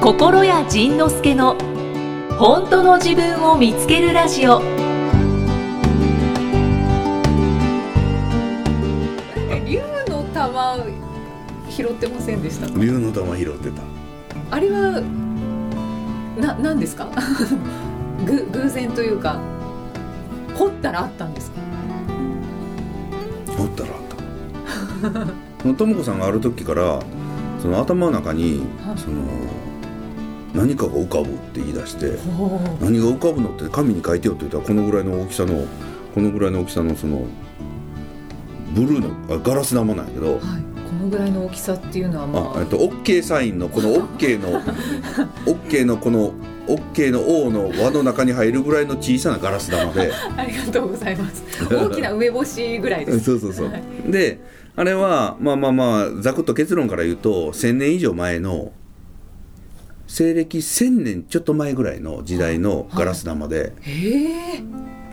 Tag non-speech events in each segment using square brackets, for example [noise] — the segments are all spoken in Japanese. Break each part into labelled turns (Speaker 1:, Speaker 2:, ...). Speaker 1: 心谷仁之助の本当の自分を見つけるラジオ
Speaker 2: 竜の玉拾ってませんでしたか
Speaker 3: 竜の玉拾ってた
Speaker 2: あれはな何ですか [laughs] ぐ偶然というか掘ったらあったんですか
Speaker 3: 持ったらあったとも子さんがある時からその頭の中に
Speaker 2: はい
Speaker 3: その何かが浮かぶって言い出して
Speaker 2: ほう
Speaker 3: 何が浮かぶのって紙に書いてよって言ったらこのぐらいの大きさのこのぐらいの大きさのそのブルーのあガラス玉なんやけど
Speaker 2: はい、このぐらいの大きさっていうのはま
Speaker 3: あえっと OK サインのこの
Speaker 2: [laughs]
Speaker 3: OK の OK のこの OK の O の輪の中に入るぐらいの小さなガラス玉で。
Speaker 2: あ、ありがとうござい
Speaker 3: [laughs]
Speaker 2: ます。大きな梅干しぐらいです。
Speaker 3: そうそうそう。で、あれは、まあまあまあ、ざくっと結論から言うと、1000年以上前の、西暦1000年ちょっと前ぐらいの時代のガラス玉で、
Speaker 2: へ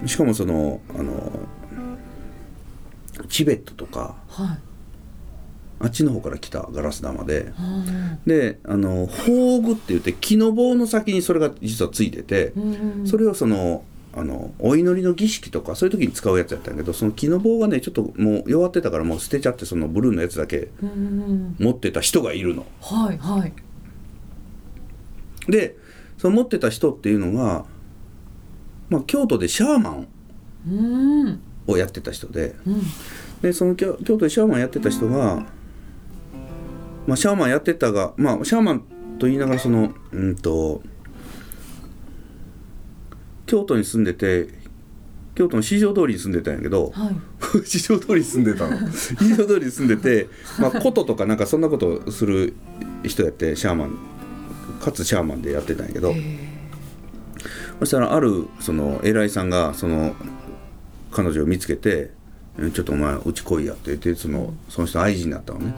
Speaker 2: え、
Speaker 3: しかもその、あの、チベットとか、
Speaker 2: はい。
Speaker 3: あっちの方から来たガラス玉で、
Speaker 2: あ
Speaker 3: で、あの、宝具って言って、木の棒の先にそれが実はついてて、
Speaker 2: ーうん
Speaker 3: それをそのあのお祈りの儀式とかそういう時に使うやつやったんやけどその木の棒がねちょっともう弱ってたからもう捨てちゃってそのブルーのやつだけ
Speaker 2: うんうん
Speaker 3: 持ってた人がいるの。
Speaker 2: はいはい。
Speaker 3: でその持ってた人っていうのが、まあ、京都でシャーマン
Speaker 2: うん
Speaker 3: をやってた人で
Speaker 2: うん
Speaker 3: でその京京都でシャーマンやってた人が、まあ、シャーマンやってたが、まあ、シャーマンと言いながらそのうんと京都に住んでて京都の四条通りに住んでたんやけど、
Speaker 2: はい。
Speaker 3: [laughs] 市場通りに住んでたの市場通りに住ん
Speaker 2: [laughs]
Speaker 3: でて、まあ、琴とかなんかそんなことをする人やってシャーマンかつシャーマンでやってたんやけど
Speaker 2: へえ
Speaker 3: そしたらあるその偉いさんがその彼女を見つけて「えちょっとお前うち来いや」って言ってそのその人愛人になったのね。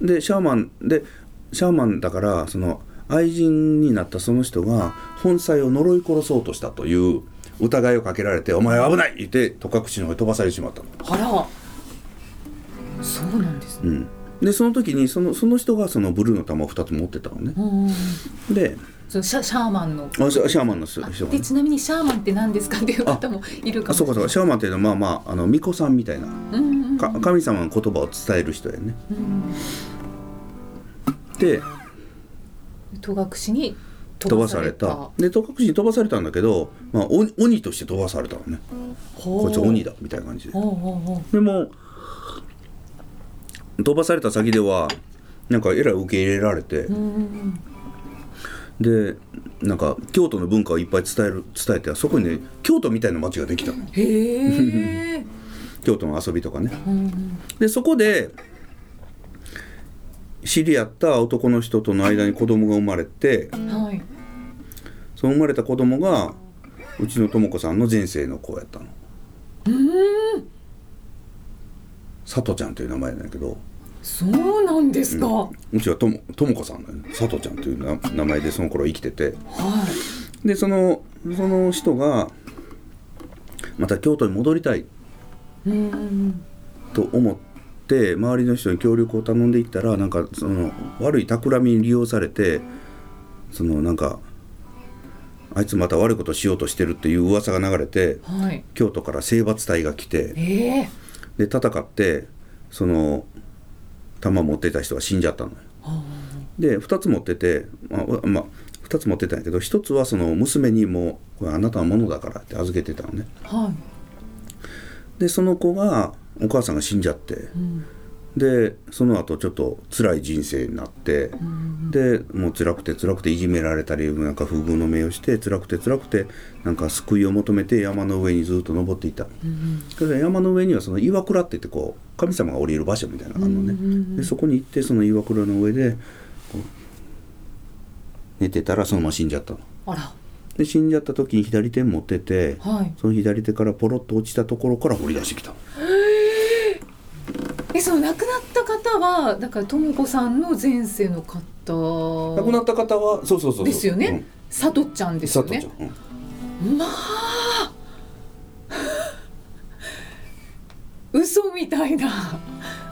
Speaker 2: うん
Speaker 3: でシャーマンでシャーマンだからその愛人になったその人が本妻を呪い殺そうとしたという疑いをかけられて「お前危ない!」って言って戸隠の方へ飛ばされてしまったの。
Speaker 2: あら、そうなんですね。
Speaker 3: うん、でその時にそのその人がそのブルーの玉を2つ持ってたのね
Speaker 2: うんうんうん
Speaker 3: で
Speaker 2: そのシャシャーマンの。
Speaker 3: あシャシャーマンの人
Speaker 2: あ
Speaker 3: 人が、
Speaker 2: で
Speaker 3: ね、
Speaker 2: ちなみにシャーマンって何ですかっていう方もいるか
Speaker 3: あ
Speaker 2: も。
Speaker 3: そうかそうかシャーマンっていうのはまあまああの巫女さんみたいな
Speaker 2: うんうんうん
Speaker 3: か神様の言葉を伝える人やね
Speaker 2: うん
Speaker 3: で
Speaker 2: 戸隠に
Speaker 3: 飛ばされたで戸隠に飛ばされたんだけど、まあ、鬼鬼として飛ばされたのねこ
Speaker 2: こ
Speaker 3: いつ鬼だみたいな感じで
Speaker 2: おうおうおう
Speaker 3: でも飛ばされた先ではなんかえらい受け入れられて、
Speaker 2: うんうんうん
Speaker 3: でなんか京都の文化をいっぱい伝える伝えてそこにね京都みたいな街ができたの
Speaker 2: へえ。
Speaker 3: 京都の遊びとかね
Speaker 2: うんうん
Speaker 3: でそこで知り合った男の人との間に子供が生まれて
Speaker 2: はい。
Speaker 3: その生まれた子供がうちのとも子さんの前世の子やったの。さとちゃんという名前なんやけど
Speaker 2: そうなんですか。は
Speaker 3: うちはともとも子さんだよねさとちゃんというな名前でその頃生きててでそのその人がまた京都に戻りたい
Speaker 2: い。うんうんうん。
Speaker 3: と思って周りの人に協力を頼んでいったらなんかその悪い企みに利用されてそのなんかあいつまた悪いことしようとしてるっていう噂が流れて
Speaker 2: はい。
Speaker 3: 京都から征伐隊が来て
Speaker 2: ええ
Speaker 3: で戦ってその弾持ってた人が死んじゃったのよ。
Speaker 2: あ
Speaker 3: で2つ持ってて、まあわまあ、2つ持ってたんやけど1つはその娘にもう「これあなたのものだから」って預けてたのね。
Speaker 2: ーは
Speaker 3: でその子がお母さんが死んじゃって
Speaker 2: い。うん
Speaker 3: でその後ちょっと辛い人生になって、
Speaker 2: うん
Speaker 3: でもう辛くて辛くていじめられたりなんか不遇の目をして辛くて辛くてなんか救いを求めて山の上にずっと登っていた
Speaker 2: うん
Speaker 3: それで山の上にはその岩倉って言ってこう神様が降りる場所みたいなのがあるのね、
Speaker 2: うんうんうん
Speaker 3: でそこに行ってその岩倉の上でこう寝てたらそのまま死んじゃったの
Speaker 2: あら。
Speaker 3: で死んじゃった時に左手持ってて
Speaker 2: はい。
Speaker 3: その左手からポロッと落ちたところから掘り出してきたの
Speaker 2: えその亡くなった方はだからともこさんの前世の方。
Speaker 3: 亡くなった方はそうそうそうそう
Speaker 2: ですよね。さとちゃん
Speaker 3: うん
Speaker 2: です
Speaker 3: さ
Speaker 2: よ
Speaker 3: とちゃ
Speaker 2: ね
Speaker 3: ん。、うん
Speaker 2: まあ。嘘みたい [laughs] な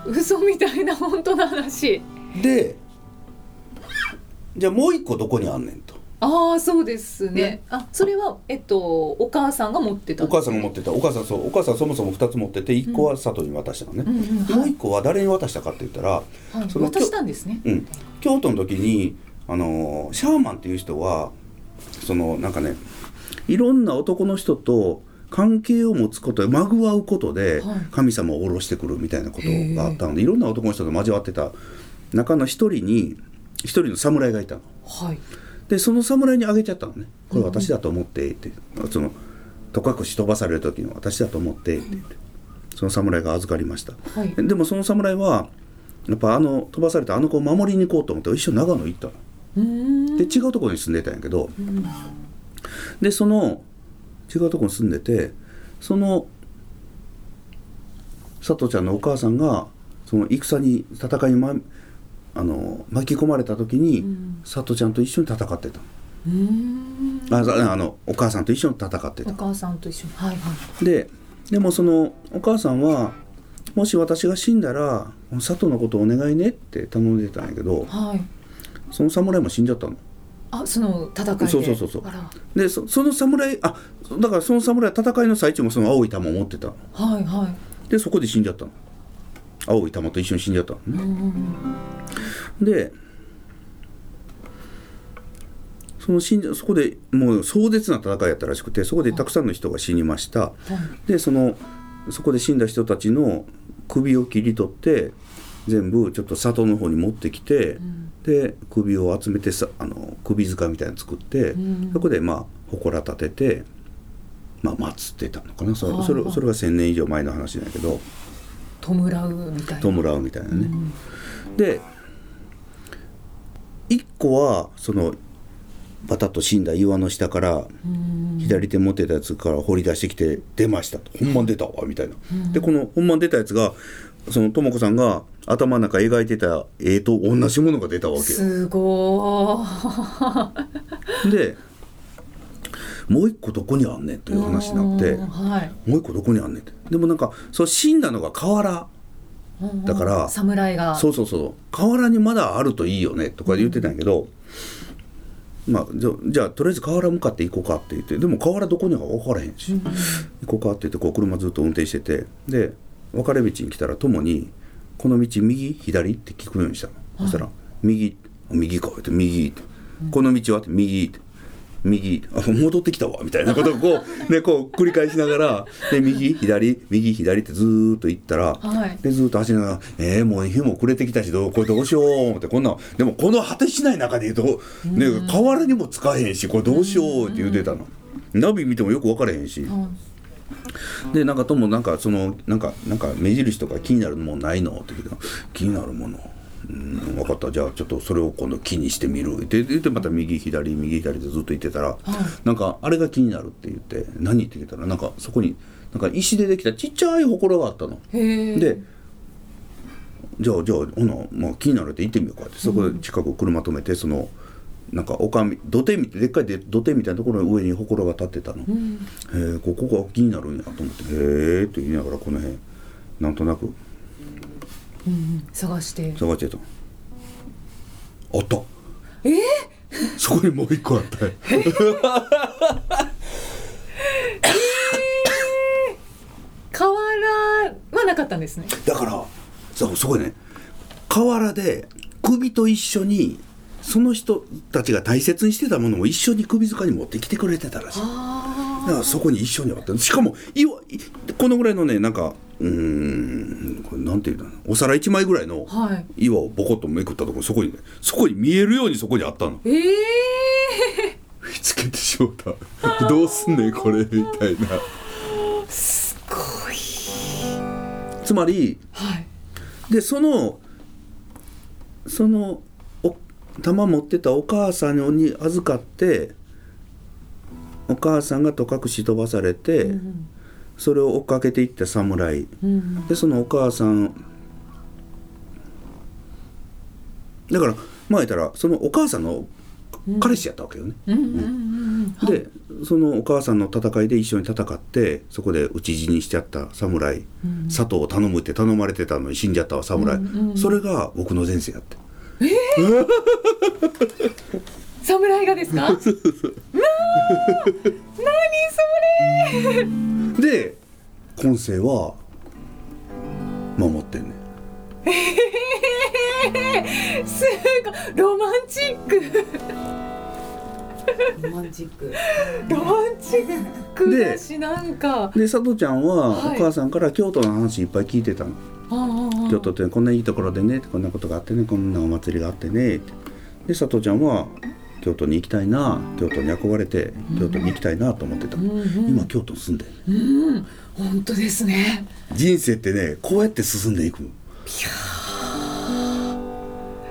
Speaker 2: 嘘みたいな本当の話。
Speaker 3: でじゃあもう一個どこにあんねんと
Speaker 2: ああそうですねあそれはえっとお母さんが持ってた
Speaker 3: お母さんが持ってたお母さんそうお母さんそもそも2つ持ってて1個は佐藤に渡したのね、
Speaker 2: うんうん
Speaker 3: も
Speaker 2: は
Speaker 3: う
Speaker 2: い
Speaker 3: 1個は誰に渡したかって言ったら、
Speaker 2: はい
Speaker 3: その
Speaker 2: 渡したんですね
Speaker 3: うん、京都の時にあのシャーマンっていう人はそのなんかねいろんな男の人と関係を持つことでまぐわうことで
Speaker 2: はい
Speaker 3: 神様を下ろしてくるみたいなことがあったので、いろんな男の人と交わってた中の一人に一人の侍がいたの。
Speaker 2: はい
Speaker 3: でその侍にあげちゃったのね「これ私だと思って」って、そのとかくし飛ばされる時の「私だと思って」って言ってその侍が預かりました
Speaker 2: はい
Speaker 3: でもその侍はやっぱあの飛ばされたあの子を守りに行こうと思って一緒に長野行ったの
Speaker 2: うーん
Speaker 3: で違うところに住んでたんやけど
Speaker 2: うん
Speaker 3: でその違うところに住んでてその佐藤ちゃんのお母さんがその戦に戦いに、ま、あの巻き込まれた時に、
Speaker 2: うん
Speaker 3: 佐藤ちゃんと一緒に戦ってたの
Speaker 2: うーん
Speaker 3: あざあのお母さんと一緒に戦って
Speaker 2: お
Speaker 3: た
Speaker 2: 母さんと一緒にはいはい
Speaker 3: ででもそのお母さんはもし私が死んだら佐藤のことお願いねって頼んでたんやけど
Speaker 2: はい
Speaker 3: その侍も死んじゃったの
Speaker 2: あその戦いで
Speaker 3: そうそうそうそう
Speaker 2: あら
Speaker 3: でそその侍あだからその侍は戦いの最中もその青い玉を持ってたの
Speaker 2: はいはい
Speaker 3: でそこで死んじゃったの青い玉と一緒に死んじゃったのね
Speaker 2: うんうん
Speaker 3: でその死んじゃそこでもう壮絶な戦いやったらしくてそこでたくさんの人が死にました
Speaker 2: うんはい
Speaker 3: でそのそこで死んだ人たちの首を切り取って全部ちょっと里の方に持ってきて、
Speaker 2: うん
Speaker 3: で首を集めてさあの首塚みたいなの作って、
Speaker 2: うん
Speaker 3: そこでまあ祠立てて、まあ、祀ってたのかなそ
Speaker 2: はあは
Speaker 3: れ
Speaker 2: あ
Speaker 3: それそれが1,000年以上前の話なんやけど
Speaker 2: 弔うみたいな
Speaker 3: 弔うみたいな
Speaker 2: う
Speaker 3: ね。
Speaker 2: ん
Speaker 3: で1個はそのバタッと死んだ岩の下から
Speaker 2: うん
Speaker 3: 左手持ってたやつから掘り出してきて出ましたと「ほんまに出たわ」みたいな。
Speaker 2: うん
Speaker 3: でこのほんまに出たやつがそのとも子さんが頭の中描いてた絵と同じものが出たわけよ
Speaker 2: すごー
Speaker 3: でもう一個どこにあんねんという話になって
Speaker 2: うんはい
Speaker 3: もう一個どこにあんねんってでもなんかそう死んだのが河原
Speaker 2: うんうん
Speaker 3: だから
Speaker 2: 侍が
Speaker 3: そうそうそう河原にまだあるといいよねとか言ってたんやけど、まあじゃじゃあとりあえず河原向かって行こうかって言ってでも河原どこにあるか分からへんし、
Speaker 2: うん
Speaker 3: 行こうかって言ってこう車ずっと運転しててで分かれ道に来たらともに「この道右左?」って聞くようにしたの、そしたら「右あ右か」って「右」って「この道は?」って「右」って「右」あ戻ってきたわ」みたいなことをこうねこう繰り返しながらで右左右左ってずーっと行ったら、
Speaker 2: はい
Speaker 3: でずっと走りながら「えー、もう日も暮れてきたしどうこれどうしよう」ってこんなでもこの果てしない中で言うと、ね、河原にもつかへんしこれどうしようって言うてたの。ナビ見てもよく分からへんし、
Speaker 2: は
Speaker 3: でなんかともなんかそのなんかなんか目印とか気になるものないのって聞いたら気になるものうん分かったじゃあちょっとそれを今度気にしてみる」って言ってまた右左右左でずっと言ってたら「なんかあれが気になる」って言って「何?」って言ったらなんかそこになんか石でできたちっちゃい祠があったの。
Speaker 2: いへえ
Speaker 3: でじゃあじゃあほな、まあ、気になるって行ってみようかってそこで近く車止めてそのなんかおかみ土手みでっかいで土手みたいなところの上に祠が立ってたの。
Speaker 2: うん
Speaker 3: へーここが気になるんやと思って「へえ」って言いながらこの辺なんとな
Speaker 2: う
Speaker 3: く
Speaker 2: んうん探して
Speaker 3: 探してたあった
Speaker 2: えー
Speaker 3: そこにもう一個あっ
Speaker 2: [laughs]
Speaker 3: たよ
Speaker 2: 河原はなかったんですね
Speaker 3: だからそうすごいね河原で首と一緒にその人たちが大切にしてたものも一緒に首塚に持ってきてくれてたらしい
Speaker 2: あ
Speaker 3: だからそこに一緒にあったしかもいわいこのぐらいのねなんかうーんこれなんていうんだろうお皿一枚ぐらいの
Speaker 2: あはい
Speaker 3: 岩をボコッとめくったところそこにねそこに見えるようにそこにあったの
Speaker 2: ええ
Speaker 3: 見つけてしまったどうすんねんこれみたいな
Speaker 2: すごい
Speaker 3: つまり
Speaker 2: はい
Speaker 3: でそのそのお玉持ってたお母さんに預かってお母さんがとかくし飛ばされて、
Speaker 2: うん
Speaker 3: それを追っかけていった侍
Speaker 2: うん
Speaker 3: でそのお母さんだからまあ言ったらそのお母さんの彼氏やったわけよね、
Speaker 2: うんうんうんうん
Speaker 3: でそのお母さんの戦いで一緒に戦ってそこで討ち死にしちゃった侍、
Speaker 2: うん
Speaker 3: 佐藤を頼むって頼まれてたのに死んじゃった侍、
Speaker 2: うんうん
Speaker 3: それが僕の前世やって
Speaker 2: ええ侍が [laughs] ですかうわー何それ
Speaker 3: で今世は守ってんねん
Speaker 2: すごいロマンチック
Speaker 4: ロマンチック
Speaker 2: [laughs] ロマンチックだしなんか
Speaker 3: で佐都ちゃんはお
Speaker 2: はい
Speaker 3: 母さんから京都の話いっぱい聞いてたの、京
Speaker 2: 京
Speaker 3: 都ってこんないいところでねこんなことがあってねこんなお祭りがあってねってで佐都ちゃんは京都に行きたいな京都に憧れて京都に行きたいなと思ってた、今京都に住んでる
Speaker 2: うん本当ですね
Speaker 3: 人生ってねこうやって進んでいくの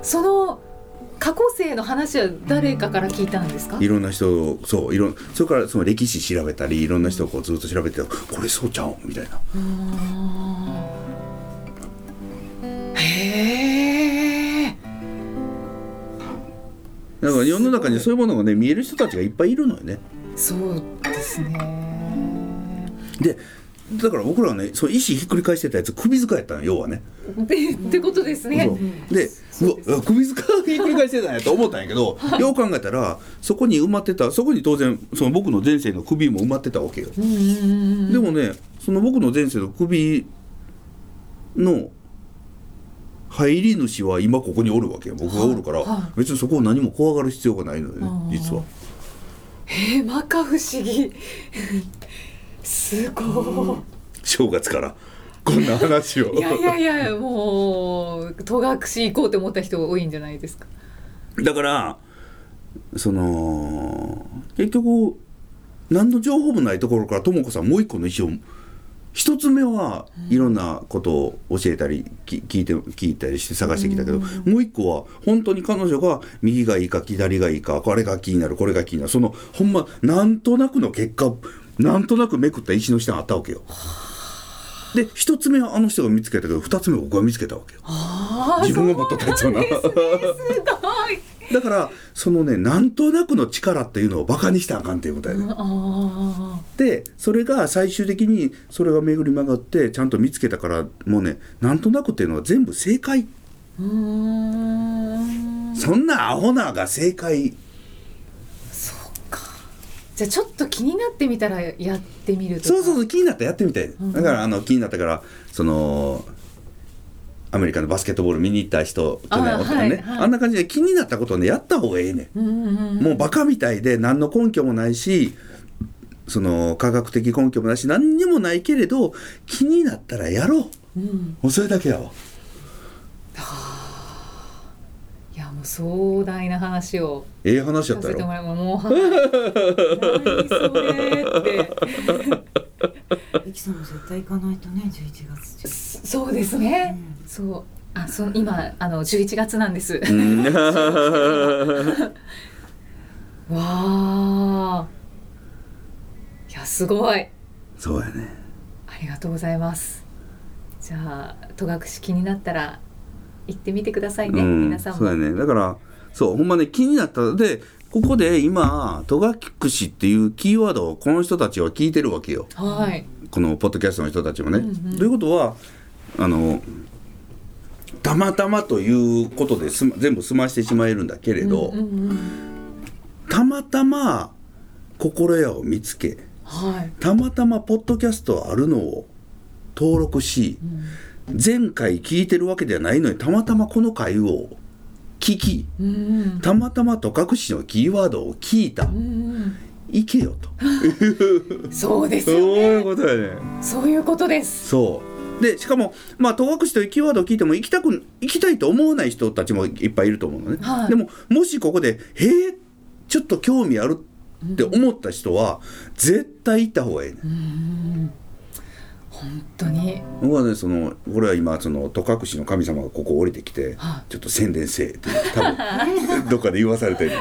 Speaker 2: その過去生の話は誰かから聞いたんですか
Speaker 3: いろんな人をそういろんそれからその歴史調べたりいろんな人をこうずっと調べてこれそうちゃうんみたいな
Speaker 2: へえ
Speaker 3: だから世の中にそういうものがね見える人たちがいっぱいいるのよね
Speaker 2: そうですね
Speaker 3: でだから僕らはねその意思ひっくり返してたやつ首塚やったの要はね
Speaker 2: でってことですね
Speaker 3: そうでうわ首塚ひっくり返してたんやと思ったんやけど、よう考えたらそこに埋まってたそこに当然その僕の前世の首も埋まってたわけよ、
Speaker 2: うんうんうんうん
Speaker 3: でもねその僕の前世の首の入り主は今ここにおるわけよ僕がおるから、
Speaker 2: はいは
Speaker 3: 別にそこを何も怖がる必要がないのよ
Speaker 2: あー
Speaker 3: ね実は。
Speaker 2: えー、摩訶不思議すご
Speaker 3: 正月からこんな話を
Speaker 2: いいやいやいやもう戸隠行こうって思った人多いんじゃないですか
Speaker 3: だからその結局何の情報もないところからとも子さんもう一個の石を一つ目はいろんなことを教えたり、き聞いて聞いたりして探してきたけど、もう一個は本当に彼女が右がいいか左がいいかこれが気になるこれが気になるそのほんまなんとなくの結果なんとなくめくった石の下があったわけよ。で一つ目はあの人が見つけたけど二つ目は僕が見つけたわけよ。
Speaker 2: あー
Speaker 3: 自分が持っとったやつをな。
Speaker 2: すごい
Speaker 3: だからそのねなんとなくの力っていうのをバカにしたらあかんっていうことやね、
Speaker 2: あ
Speaker 3: でそれが最終的にそれが巡り曲がってちゃんと見つけたからもうねなんとなくっていうのは全部正解
Speaker 2: ーうーん
Speaker 3: そんなアホなが正解
Speaker 2: じゃあちょっと気になってみたらやってみるとか
Speaker 3: そうそうそう気になったらやってみて
Speaker 2: ん
Speaker 3: だからあの気になったからそのアメリカのバスケットボール見に行った人去年
Speaker 2: あー
Speaker 3: おったよ
Speaker 2: は
Speaker 3: ね、
Speaker 2: いはい
Speaker 3: あんな感じで気になったことをねやった方がええねん
Speaker 2: うんうんうん
Speaker 3: もうバカみたいで何の根拠もないしその科学的根拠もないし何にもないけれど気になったらやろう
Speaker 2: うん
Speaker 3: もうそれだけやわ
Speaker 2: いやもう壮大な話を
Speaker 3: ええ話
Speaker 2: さ
Speaker 3: やった
Speaker 2: せ
Speaker 3: や
Speaker 2: ても
Speaker 3: ろ
Speaker 2: らいますもうはい何それって
Speaker 4: ゆきさんも絶対行かないとね11月中
Speaker 2: そうですね。そう。あ、そう今あの11月なんです。わ
Speaker 3: うん
Speaker 2: あ。いやすごい。
Speaker 3: そうやね
Speaker 2: ありがとうございます。じゃあ戸隠気になったら行ってみてくださいね。
Speaker 3: うん
Speaker 2: 皆さん
Speaker 3: そう
Speaker 2: も。
Speaker 3: やねだからそうほんまね気になったでここで今戸隠串っていうキーワードをこの人たちは聞いてるわけよ
Speaker 2: はい。
Speaker 3: このポッドキャストの人たちもね。
Speaker 2: うんうん
Speaker 3: ということはあのたまたまということで済ま全部済ましてしまえるんだけれど、
Speaker 2: うんうんうん
Speaker 3: たまたま心屋を見つけ
Speaker 2: はい。
Speaker 3: たまたまポッドキャストあるのを登録し、前回聞いてるわけではないのにたまたまこの回を聞き
Speaker 2: うん
Speaker 3: たまたまと隠しのキーワードを聞いた
Speaker 2: うん。うん
Speaker 3: 行けよと
Speaker 2: うん。そうです
Speaker 3: そう
Speaker 2: よね。
Speaker 3: いうことやね
Speaker 2: そういうことです。
Speaker 3: そうでしかもまあ戸隠というキーワードを聞いても行きたく行きたいと思わない人たちもいっぱいいると思うのね、
Speaker 2: はい
Speaker 3: でももしここで「へえちょっと興味ある」って思った人は絶対行った方がいいね
Speaker 2: 本当に。
Speaker 3: 僕はねその俺は今その戸隠の神様がここ降りてきて、
Speaker 2: は
Speaker 3: ちょっと宣伝せえって
Speaker 2: [laughs]
Speaker 3: いう多分どっかで言わされてる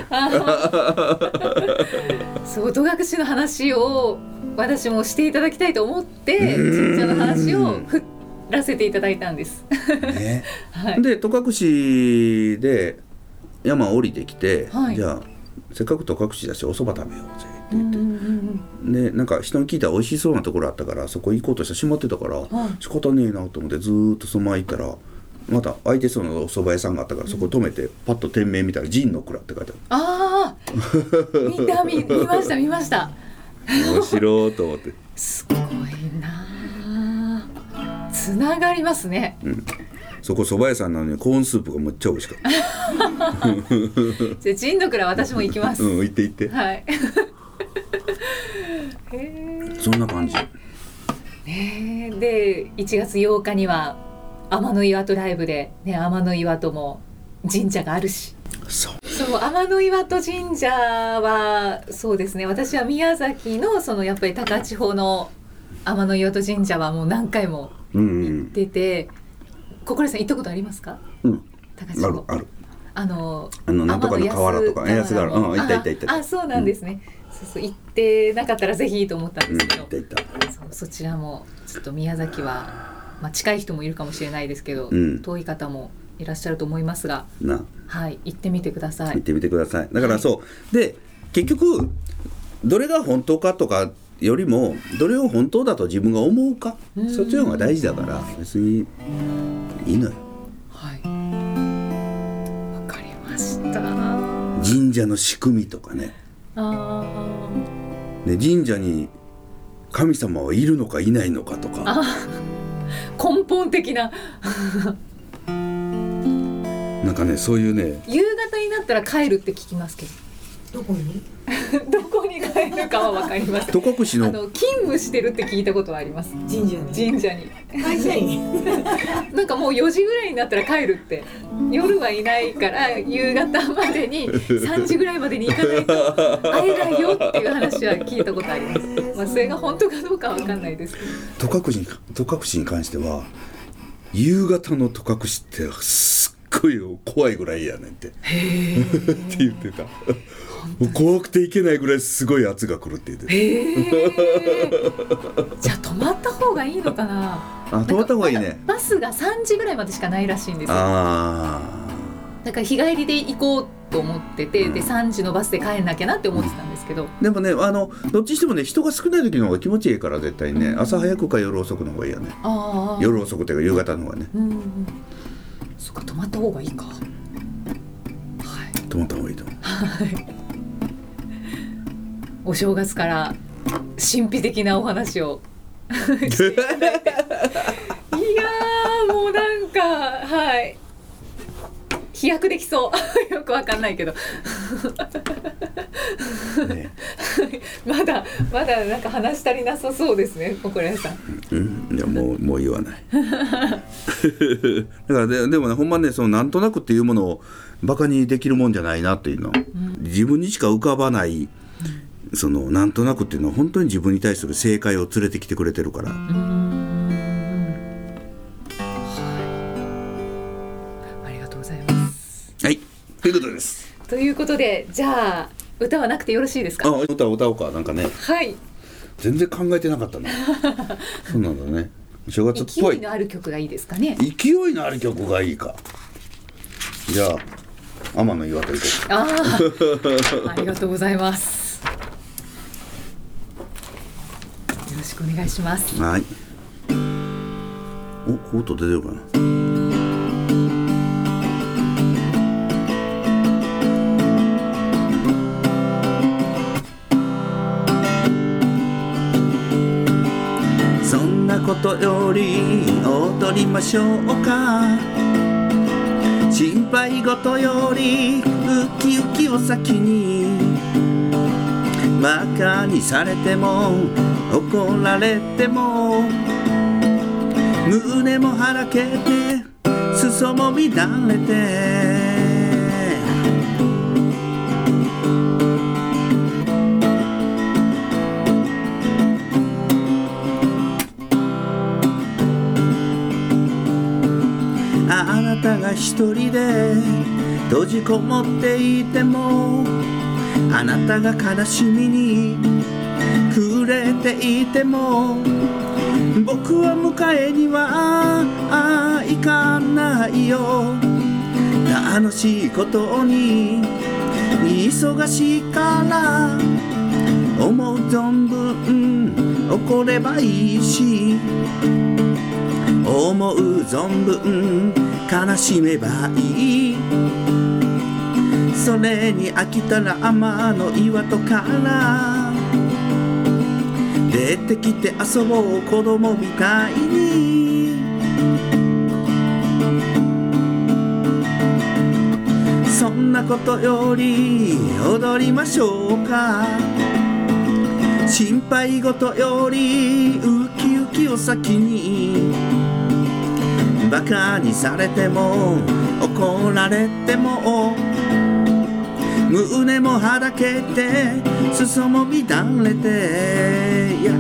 Speaker 2: そう戸隠の話を私もしていただきたいと思って
Speaker 3: うん
Speaker 2: 神社の話を振らせていただいたんです。
Speaker 3: ね、
Speaker 2: はい
Speaker 3: で戸隠で山降りてきて、
Speaker 2: はい
Speaker 3: じゃあせっかく戸隠だしおそば食べようぜって
Speaker 2: う
Speaker 3: 言っ
Speaker 2: ん
Speaker 3: て
Speaker 2: う、ん
Speaker 3: でなんか人に聞いたら美味しそうなところあったからそこ行こうとしてしまってたから、
Speaker 2: い
Speaker 3: 仕方ねえなと思ってずーっとそのまま行ったらまた空いてそうなお蕎麦屋さんがあったからそこ止めてパッと店名見たら「陣の蔵」って書いて
Speaker 2: [laughs] ああ見た
Speaker 3: [laughs]
Speaker 2: 見見ました見ました
Speaker 3: ある面白いと思って
Speaker 2: すごいなあつながりますね
Speaker 3: そこ蕎麦屋さんなのにコーンスープがめっちゃ美味しかった
Speaker 2: じゃあジンドクラ私も行きます、
Speaker 3: うん行って行って
Speaker 2: はい。 [laughs] へー
Speaker 3: そんな感じ
Speaker 2: ねえで1月8日には天の岩戸ライブで、ね、天の岩戸も神社があるし
Speaker 3: そう
Speaker 2: そう天の岩戸神社はそうですね私は宮崎のそのやっぱり高千穂の天の岩戸神社はもう何回も
Speaker 3: うん
Speaker 2: 行ってて、心得さん行ったことありますか
Speaker 3: うん、うん、
Speaker 2: 高
Speaker 3: あ
Speaker 2: 千
Speaker 3: る
Speaker 2: 穂
Speaker 3: ある
Speaker 2: あの
Speaker 3: あのなんとかの河原とか
Speaker 2: 天
Speaker 3: 安
Speaker 2: の
Speaker 3: 原うん行っ
Speaker 2: あ
Speaker 3: た行った行った
Speaker 2: あそうなんですね、そうそう行ってなかったらぜひと思ったん
Speaker 3: う
Speaker 2: で
Speaker 3: ん
Speaker 2: すけど、
Speaker 3: 行った行った
Speaker 2: そうそちらもちょっと宮崎は、まあ、近い人もいるかもしれないですけど、
Speaker 3: うん
Speaker 2: 遠い方もいらっしゃると思いますが、
Speaker 3: な
Speaker 2: はい、行ってみてくださ
Speaker 3: 行っ
Speaker 2: い。
Speaker 3: てみてくださいだからそうで結局どれが本当かとかよりもどれを本当だと自分が思うか
Speaker 2: うん
Speaker 3: そっちの方が大事だから別にいいのよ
Speaker 2: はい。わかりました。あ
Speaker 3: 神社の仕組みとかね
Speaker 2: あー、
Speaker 3: で神社に神様はいるのかいないのかとか
Speaker 2: 根本的な
Speaker 3: なんかねそういうね
Speaker 2: 夕方になったら帰るって聞きますけ
Speaker 4: どこに
Speaker 2: ど、どこに帰るかはわかり
Speaker 3: [laughs]
Speaker 2: ません。
Speaker 3: 戸隠
Speaker 2: あ
Speaker 3: の
Speaker 2: の勤務してるって聞いたことはあります。
Speaker 4: 神社
Speaker 2: 神
Speaker 4: に
Speaker 2: 社に。
Speaker 4: 会社員
Speaker 2: なんかもう4時ぐらいになったら帰るって夜はいないから夕方までに3時ぐらいまでに行かないと会えないよっていう話は聞いたことあります、まあ、それが本当かどうかわかんないですけど
Speaker 3: 戸隠に戸隠に関しては夕方の戸隠ってすっごい怖いぐらいやねんってって言ってたもう怖くていけないぐらいすごい圧が来るって言って
Speaker 2: じゃあ泊まった方がいいのかな
Speaker 3: たあ止まった方がいいね
Speaker 2: バスが3時ぐらいまでしかないらしいんですよ
Speaker 3: あ
Speaker 2: だから日帰りで行こうと思っててで3時のバスで帰んなきゃなって思ってたんですけど
Speaker 3: ーでもねあのどっちにしてもね人が少ない時の方が気持ちいいから絶対ね朝早くか夜遅くの方がいいよね
Speaker 2: ああ
Speaker 3: 夜遅くというか夕方の方がね
Speaker 2: うんうんそっか泊まった方がいいかはい
Speaker 3: 止まった方がい
Speaker 2: [laughs]
Speaker 3: いと思う
Speaker 2: お正月から神秘的なお話をしていただいていやーもうなんかはい飛躍できそう [laughs] よくわかんないけど
Speaker 3: ね、
Speaker 2: まだまだなんか話足りなさそうですね心屋さん
Speaker 3: うん、いやもうもう言わない [laughs] だからででもねほんまねそのなんとなくっていうものをバカにできるもんじゃないなっていうの、自分にしか浮かばないそのなんとなくっていうのは本当に自分に対する正解を連れてきてくれてるから、
Speaker 2: はいありがとうございます
Speaker 3: はいということです
Speaker 2: ということでじゃあ歌はなくてよろしいです
Speaker 3: あ
Speaker 2: か
Speaker 3: 歌歌おうかなんかね
Speaker 2: はい
Speaker 3: 全然考えてなかったなそうなんだね正月っぽ
Speaker 2: 勢い
Speaker 3: い
Speaker 2: のある曲がいいですかね
Speaker 3: 勢いのある曲がいいかじゃあ天野岩戸行こう
Speaker 2: あ [laughs] あ、ありがとうございます。よろしくお願いします。
Speaker 3: はい。お、音出てるかな。そんなことより踊りましょうか心配事よりウキウキを先に馬鹿にされても怒られても胸もはらけて裾も乱れてあなたが一人で閉じこもっていてもあなたが悲しみに触れていても僕は迎えには行かないよ楽しいことに忙しいから思う存分怒ればいいし思う存分悲しめばいいそれに飽きたら天の岩戸から出てきて遊ぼう子供みたいにそんなことより踊りましょうか心配事よりウキウキを先にバカにされても怒られても胸もはだけて裾も乱れていや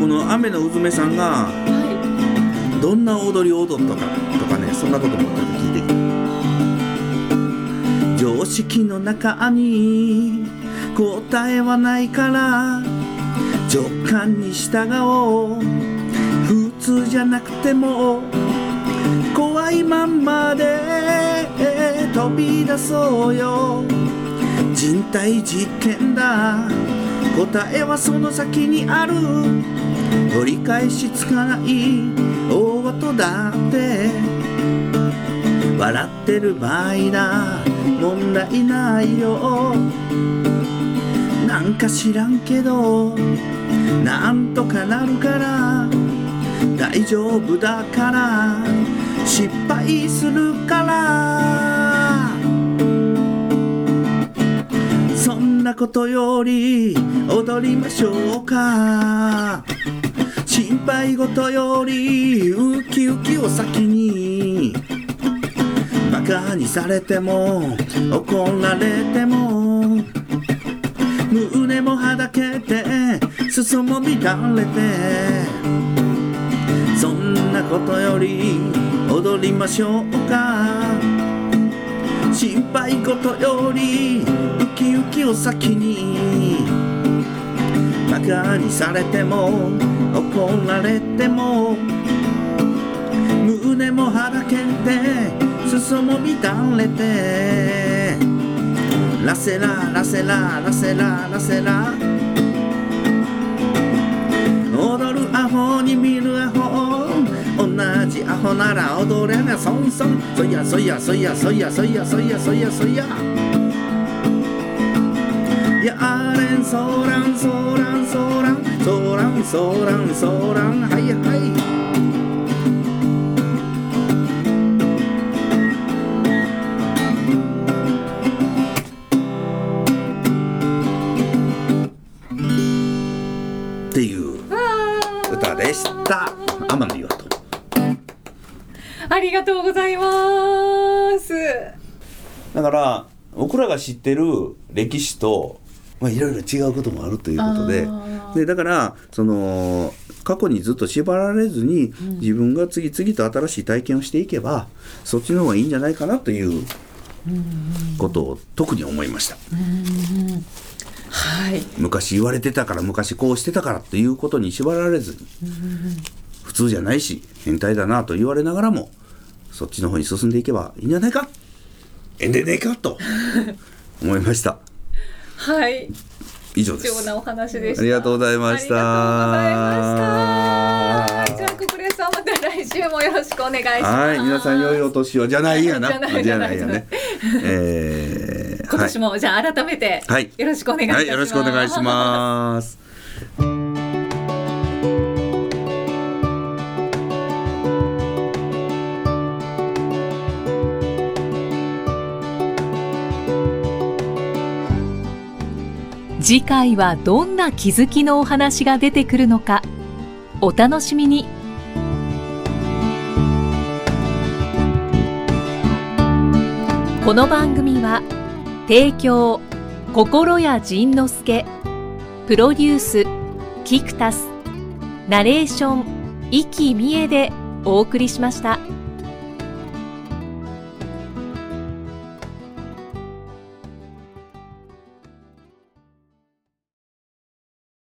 Speaker 3: この雨のうずめさんが
Speaker 2: は
Speaker 3: どんな踊りを踊ったかとかねそんなこともちょっと聞いてきて常識の中に答えはないから直感に従おう普通じゃなくても怖いまんまで飛び出そうよ人体実験だ答えはその先にある取り返しつかない大事だって笑ってる場合だ問題ないよなんか知らんけどなんとかなるから大丈夫だから失敗するからそんなことより踊りましょうか心配事よりウキウキを先にバカにされても怒られても胸もはだけて裾も乱れてそんなことより踊りましょうか心配事よりウキウキを先にバカにされても怒られても胸もはだけて裾も乱れてラセララセララセララセラ踊るアホに見るアホ同じアホなら踊れなそんそんそいやそいやそいやそいやそいやそいやそいやそいややあれんそーらんそーらんそーらんそーらんそーらんそーらんはいはいっていう歌でした天野岩と
Speaker 2: ありがとうございます。
Speaker 3: だから僕らが知ってる歴史とまあいろいろ違うこともあるということで
Speaker 2: あー
Speaker 3: でだからその過去にずっと縛られずに自分が次々と新しい体験をしていけば、そっちの方がいいんじゃないかなということを特に思いました
Speaker 2: はい。
Speaker 3: 昔言われてたから昔こうしてたからっていうことに縛られずに普通じゃないし変態だなと言われながらもそっちの方に進んでいけばいいんじゃないかえんでねえかと思いました
Speaker 2: はい。
Speaker 3: 以上で
Speaker 2: 貴重
Speaker 3: す
Speaker 2: なお話でした。
Speaker 3: ありがとうございました
Speaker 2: ありがとうございました。じゃあ、ククレさん、また来週もよろしくお願いします。
Speaker 3: はい皆さん良いお年をじゃないやな
Speaker 2: じゃない
Speaker 3: じゃないやねえー
Speaker 2: 今年
Speaker 3: は
Speaker 2: も、じゃあ、改めて、
Speaker 3: はい
Speaker 2: よろしくお願いい
Speaker 3: い、
Speaker 2: たしま
Speaker 3: は
Speaker 2: す。
Speaker 3: い、よろしくお願いします
Speaker 1: 次回はどんな気づきのお話が出てくるのかお楽しみにこの番組は提供心谷仁之助プロデュースキクタスナレーション生きみえでお送りしました。